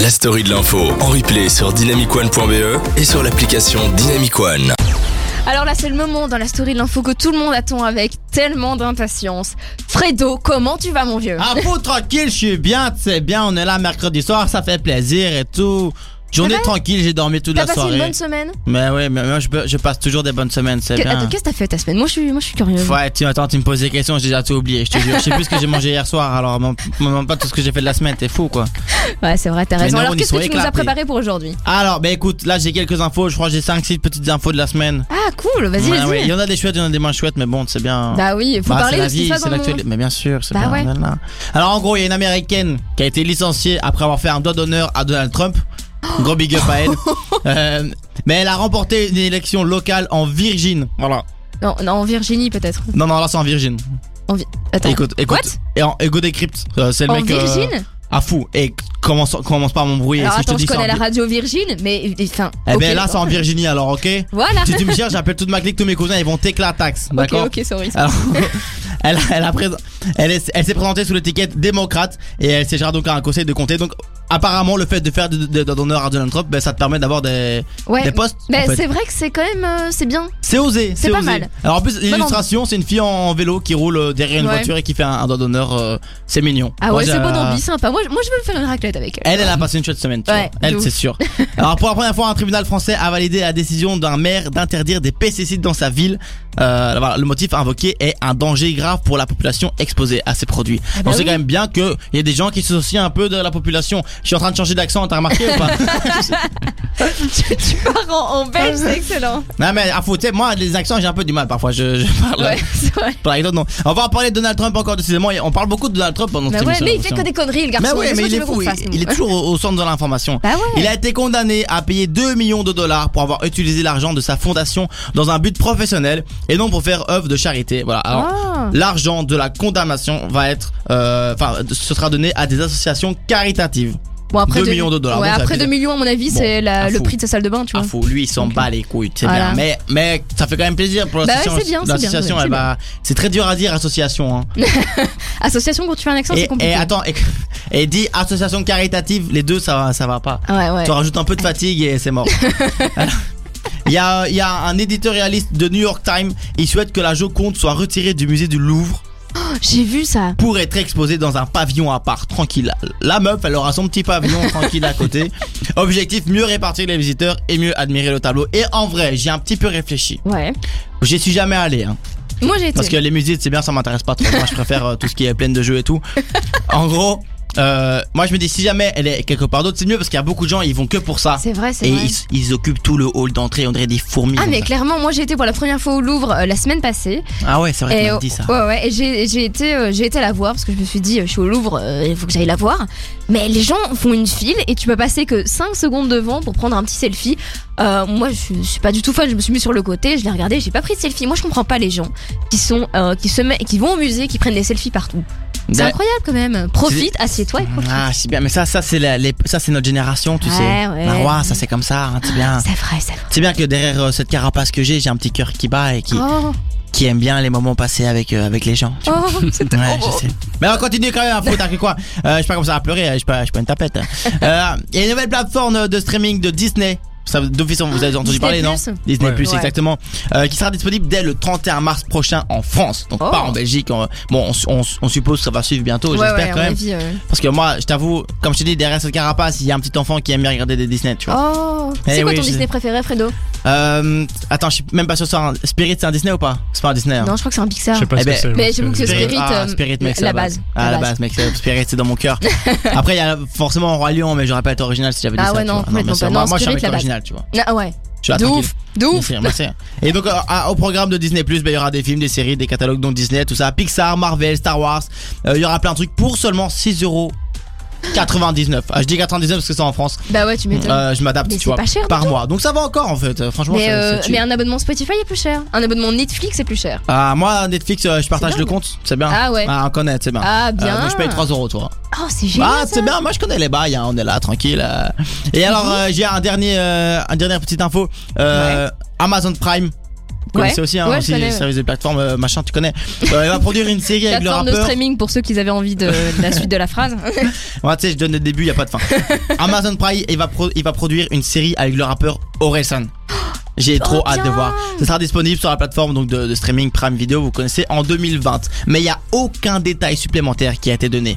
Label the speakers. Speaker 1: la story de l'info en replay sur dynamicone.be E et sur l'application Dynamic One.
Speaker 2: Alors là, c'est le moment dans la story de l'info que tout le monde attend avec tellement d'impatience. Fredo, comment tu vas, mon vieux
Speaker 3: Ah, peau tranquille, je suis bien, tu sais bien, on est là mercredi soir, ça fait plaisir et tout. Journée
Speaker 2: vrai?
Speaker 3: tranquille, j'ai dormi toute
Speaker 2: T'as
Speaker 3: la
Speaker 2: passé une
Speaker 3: soirée.
Speaker 2: bonne semaine
Speaker 3: Mais oui, mais moi je, peux- je passe toujours des bonnes semaines, c'est
Speaker 2: Que-
Speaker 3: bien.
Speaker 2: Attends, qu'est-ce que t'as fait ta semaine Moi, je suis, moi, je suis curieuse.
Speaker 3: Ouais, tu attends, tu me poses des questions, j'ai déjà tout oublié, je te jure. Je sais plus ce que j'ai mangé hier soir, alors m'en- m'en demande pas tout ce que j'ai fait de la semaine, t'es fou quoi.
Speaker 2: Ouais, c'est vrai, t'as
Speaker 3: Mais
Speaker 2: raison.
Speaker 3: non,
Speaker 2: Alors,
Speaker 3: on y
Speaker 2: qu'est-ce que
Speaker 3: soit
Speaker 2: tu nous as
Speaker 3: éclatés.
Speaker 2: préparé pour aujourd'hui
Speaker 3: Alors, bah écoute, là j'ai quelques infos, je crois que j'ai 5-6 petites infos de la semaine.
Speaker 2: Ah, cool, vas-y,
Speaker 3: Ouais,
Speaker 2: vas-y.
Speaker 3: ouais, Il y en a des chouettes, il y en a des moins chouettes, mais bon, c'est bien.
Speaker 2: Bah oui, faut
Speaker 3: Bah,
Speaker 2: parler
Speaker 3: c'est
Speaker 2: de
Speaker 3: la
Speaker 2: ce qui
Speaker 3: vie,
Speaker 2: se passe
Speaker 3: c'est
Speaker 2: dans le monde.
Speaker 3: l'actualité. Mais bien sûr, c'est
Speaker 2: Bah
Speaker 3: bien,
Speaker 2: ouais.
Speaker 3: là, là. Alors en gros, il y a une américaine qui a été licenciée après avoir fait un doigt d'honneur à Donald Trump. Gros big up à elle. Euh, mais elle a remporté une élection locale en Virgin. Voilà.
Speaker 2: Non, non, en Virginie peut-être.
Speaker 3: Non, non, là c'est en Virgin.
Speaker 2: En Vi- Attends.
Speaker 3: Écoute, écoute. Et en Ego Decrypt, euh, c'est le
Speaker 2: En
Speaker 3: mec. euh,
Speaker 2: Virgin
Speaker 3: à fou. Et commence, commence pas à m'embrouiller.
Speaker 2: Alors
Speaker 3: si
Speaker 2: attends, je,
Speaker 3: je te dis c'est en
Speaker 2: connais la
Speaker 3: Vir-
Speaker 2: radio Virgin, mais enfin.
Speaker 3: Eh
Speaker 2: ok.
Speaker 3: ben là c'est en Virginie alors, ok
Speaker 2: Voilà.
Speaker 3: Si tu me cherches, j'appelle toute ma clique, tous mes cousins, ils vont t'éclatax.
Speaker 2: Ok,
Speaker 3: D'accord
Speaker 2: ok, sorry.
Speaker 3: Alors, elle, elle, a présent- elle, est- elle s'est présentée sous l'étiquette démocrate et elle siégera donc à un conseil de comté. Donc, apparemment, le fait de faire de- de- d'honneur à Donald Trump, ben, ça te permet d'avoir des, Ah, des
Speaker 2: Ouais.
Speaker 3: postes.
Speaker 2: Mais
Speaker 3: en fait.
Speaker 2: c'est vrai que c'est quand même, euh, c'est bien.
Speaker 3: C'est osé,
Speaker 2: c'est pas
Speaker 3: osé.
Speaker 2: mal.
Speaker 3: Alors, en plus, l'illustration, c'est une fille en, en vélo qui roule euh, derrière une
Speaker 2: Ouais.
Speaker 3: voiture et qui fait un, un doigt d'honneur. euh, c'est mignon.
Speaker 2: Ah
Speaker 3: Moi,
Speaker 2: ouais,
Speaker 3: j'ai-
Speaker 2: c'est bon d'ambi, sympa. Moi, je- moi, je vais me faire une raclette avec elle.
Speaker 3: Elle, elle a passé une chouette semaine, tu
Speaker 2: Ouais,
Speaker 3: vois.
Speaker 2: de
Speaker 3: Elle,
Speaker 2: ouf.
Speaker 3: c'est sûr. Alors, pour la première fois, un tribunal français a validé la décision d'un maire d'interdire des pesticides dans sa ville. Euh, voilà, le motif invoqué est un danger grave pour la population exposée à ces produits.
Speaker 2: Ah bah
Speaker 3: On sait
Speaker 2: oui.
Speaker 3: quand même bien que il y a des gens qui s'associent un peu de la population. Je suis en train de changer d'accent, t'as remarqué ou pas
Speaker 2: tu, tu pars en, en belge, c'est excellent.
Speaker 3: Non, mais à foutre, moi, les accents, j'ai un peu du mal parfois. Je, je parle.
Speaker 2: Ouais, c'est vrai.
Speaker 3: Par exemple, non. On va en parler de Donald Trump encore, décidément. On parle beaucoup de Donald Trump pendant
Speaker 2: Bah
Speaker 3: cette
Speaker 2: ouais,
Speaker 3: émission,
Speaker 2: mais
Speaker 3: j'ai
Speaker 2: il fait que
Speaker 3: l'impression.
Speaker 2: des conneries, le garçon.
Speaker 3: Mais Bah ouais,
Speaker 2: Qu'est-ce
Speaker 3: mais
Speaker 2: que
Speaker 3: il
Speaker 2: tu
Speaker 3: est
Speaker 2: veux
Speaker 3: fou.
Speaker 2: qu'on
Speaker 3: Il,
Speaker 2: fasse, nous
Speaker 3: il est toujours au, au centre de l'information.
Speaker 2: Bah ouais.
Speaker 3: Il a été condamné à payer 2 millions de dollars pour avoir utilisé l'argent de sa fondation dans un but professionnel et non pour faire œuvre de charité. Voilà. Alors,
Speaker 2: Ah.
Speaker 3: l'argent de la condamnation va être, euh, enfin, ce sera donné à des associations caritatives.
Speaker 2: Bon, après
Speaker 3: 2
Speaker 2: deux-
Speaker 3: millions de dollars,
Speaker 2: Ouais,
Speaker 3: bon, ça
Speaker 2: après
Speaker 3: abuse.
Speaker 2: 2 millions, à mon avis,
Speaker 3: Bon,
Speaker 2: c'est la-
Speaker 3: à
Speaker 2: le
Speaker 3: fou.
Speaker 2: prou de sa salle de bain, tu
Speaker 3: Ah
Speaker 2: vois.
Speaker 3: fou, lui il s'en bat les couilles, c'est
Speaker 2: Voilà.
Speaker 3: bien. Mais, mais ça fait quand même plaisir
Speaker 2: Bah
Speaker 3: pour
Speaker 2: ouais,
Speaker 3: l'association.
Speaker 2: c'est bien, c'est bien,
Speaker 3: l'association,
Speaker 2: ouais,
Speaker 3: elle
Speaker 2: c'est
Speaker 3: va- c'est très dur à dire association. Hein.
Speaker 2: Association, quand tu fais un accent,
Speaker 3: Et,
Speaker 2: c'est compliqué.
Speaker 3: et Eh, attends, et, et dit association caritative, les deux ça va, ça va pas.
Speaker 2: Ah Ouais, ouais.
Speaker 3: Tu rajoutes un peu de fatigue et c'est mort. Alors, Il y, a, il y a un éditorialiste de New York Times, il souhaite que la Joconde soit retirée du musée du Louvre
Speaker 2: J'ai vu ça.
Speaker 3: pour être exposée dans un pavillon à part, tranquille. La meuf, elle aura son petit pavillon tranquille à côté. Objectif, mieux répartir les visiteurs et mieux admirer le tableau. Et en vrai, j'ai un petit peu réfléchi.
Speaker 2: Ouais.
Speaker 3: J'y suis jamais allé, hein.
Speaker 2: Moi, j'ai été.
Speaker 3: Parce que les musées, c'est bien, ça m'intéresse pas trop. Moi, je préfère euh, tout ce qui est plein de jeux et tout. En gros, euh, moi, je me dis, si jamais elle est quelque part d'autre, c'est mieux parce qu'il y a beaucoup de gens, ils vont que pour ça.
Speaker 2: C'est vrai, c'est
Speaker 3: Et
Speaker 2: vrai.
Speaker 3: ils, ils occupent tout le hall d'entrée, on dirait des fourmis.
Speaker 2: Ah
Speaker 3: comme
Speaker 2: mais
Speaker 3: ça.
Speaker 2: clairement, moi j'ai été pour la première fois au Louvre euh, la semaine passée.
Speaker 3: ah ouais, c'est vrai qu'on
Speaker 2: euh,
Speaker 3: dit ça.
Speaker 2: ouais ouais, et j'ai j'ai été euh, j'ai été la voir parce que je me suis dit euh, je suis au Louvre, euh, il faut que j'aille la voir. Mais les gens font une file et tu peux passer que 5 secondes devant pour prendre un petit selfie. Euh, moi je, suis- je suis pas du tout fan, je me suis mis sur le côté, je l'ai regardé, j'ai pas pris de selfie. Moi je comprends pas les gens qui sont euh, qui se met- qui vont au musée, qui prennent des selfies partout. C'est
Speaker 3: Bah,
Speaker 2: incroyable quand même. Profite, assieds-toi et profite.
Speaker 3: Ah, c'est bien, mais ça, ça c'est la- les- ça, c'est notre génération, tu
Speaker 2: Ouais,
Speaker 3: sais.
Speaker 2: ouais.
Speaker 3: La roi, ça c'est comme ça, hein, c'est bien.
Speaker 2: C'est vrai, c'est vrai.
Speaker 3: C'est bien que derrière euh, cette carapace que j'ai, j'ai un petit cœur qui bat et qui,
Speaker 2: Oh,
Speaker 3: qui aime bien les moments passés avec, euh, avec les gens. tu
Speaker 2: oh, c'est
Speaker 3: Ouais,
Speaker 2: trop beau.
Speaker 3: je sais. Mais on continue quand même, à foutre, t'as cru quoi euh, Je sais pas comme ça à pleurer, je suis pas, je suis pas une tapette. Euh, Il y a une nouvelle plateforme de streaming de Disney. Ça, d'office, vous avez entendu
Speaker 2: Disney+.
Speaker 3: parler, non Disney
Speaker 4: Ouais.
Speaker 3: Plus,
Speaker 2: Ouais.
Speaker 3: exactement. Euh, qui sera disponible dès le 31 mars prochain en France. Donc,
Speaker 2: Oh.
Speaker 3: pas en Belgique. en- bon, on, on- on suppose que ça va suivre bientôt,
Speaker 2: Ouais,
Speaker 3: Oh, j'espère
Speaker 2: ouais,
Speaker 3: quand
Speaker 2: à mon
Speaker 3: même.
Speaker 2: avis, euh,
Speaker 3: Parce que moi, je t'avoue, comme je t'ai dit, derrière cette carapace, il y a un petit enfant qui aime bien regarder des Disney, tu vois.
Speaker 2: Oh, c'est
Speaker 3: Eh
Speaker 2: quoi
Speaker 3: oui,
Speaker 2: ton
Speaker 3: je-
Speaker 2: Disney préféré, Fredo
Speaker 3: Euh, attends, je suis même pas sûr si c'est un- Spirit, c'est un Disney ou pas C'est pas un Disney. hein.
Speaker 2: Non, je crois que c'est un Pixar.
Speaker 4: Je sais pas
Speaker 3: Eh
Speaker 4: ce que
Speaker 3: ben,
Speaker 4: c'est.
Speaker 2: Mais
Speaker 4: ouais,
Speaker 2: j'avoue que c'est Spirit,
Speaker 3: ah,
Speaker 2: euh,
Speaker 3: Spirit mec, c'est
Speaker 2: la base.
Speaker 3: Ah, la base, mec, c'est- Spirit, c'est dans mon cœur. Après, il y a forcément Roi Lion, mais j'aurais pas été original si j'avais dit
Speaker 2: Ah
Speaker 3: ça.
Speaker 2: ouais,
Speaker 3: tu
Speaker 2: non,
Speaker 3: vois.
Speaker 2: complètement
Speaker 3: bien sûr.
Speaker 2: pas.
Speaker 3: Moi,
Speaker 2: Non,
Speaker 3: moi, je suis un
Speaker 2: Spirit,
Speaker 3: mec
Speaker 2: la base.
Speaker 3: original, tu vois.
Speaker 2: Ah ouais,
Speaker 3: Je suis là,
Speaker 2: de
Speaker 3: tranquille.
Speaker 2: ouf, de ouf.
Speaker 3: Merci, merci. Et donc, euh, à- au programme de Disney, ben, il y aura des films, des séries, des catalogues, dont Disney, tout ça. Pixar, Marvel, Star Wars. Euh, Il y aura plein de trucs pour seulement 6 euros. 99. Ah, je dis 99 parce que c'est en France.
Speaker 2: Bah ouais, tu m'étonnes.
Speaker 3: Euh, je m'adapte,
Speaker 2: Mais c'est
Speaker 3: tu vois,
Speaker 2: pas cher du
Speaker 3: par
Speaker 2: tout.
Speaker 3: mois. Donc ça va encore en fait. Euh, Franchement,
Speaker 2: mais,
Speaker 3: c'est-
Speaker 2: euh,
Speaker 3: c'est cheap.
Speaker 2: mais un abonnement Spotify est plus cher. Un abonnement Netflix est plus cher.
Speaker 3: Ah, moi Netflix, euh, je partage
Speaker 2: dingue.
Speaker 3: le compte, c'est bien.
Speaker 2: Ah ouais.
Speaker 3: Ah, on connaît, c'est bien.
Speaker 2: Ah
Speaker 3: Euh,
Speaker 2: bien.
Speaker 3: donc je paye 3 euros, toi.
Speaker 2: Oh, c'est génial.
Speaker 3: Ah,
Speaker 2: ça.
Speaker 3: c'est bien, moi je connais les bails, hein, on est là, tranquille. euh.
Speaker 2: Mm-hmm.
Speaker 3: Et alors, euh, j'ai un dernier, euh, un dernière petite info. Euh, Amazon Prime Vous connaissez aussi, hein,
Speaker 2: Ouais, je
Speaker 3: aussi,
Speaker 2: connais, ouais.
Speaker 3: service de plateforme, euh, machin, tu connais. Euh, il va produire une série avec le
Speaker 2: Plateforme de
Speaker 3: rappeur.
Speaker 2: streaming pour ceux qui avaient envie de, de la suite de la phrase.
Speaker 3: Ouais, tu sais, je donne le début, il a pas de fin. Amazon Prime, il va, pro- il va produire une série avec le rappeur Orelsan. J'ai trop hâte de
Speaker 2: Oh, bien.
Speaker 3: voir. Ça sera disponible sur la plateforme donc de, de streaming Prime Video, vous connaissez, en 2020. Mais il n'y a aucun détail supplémentaire qui a été donné.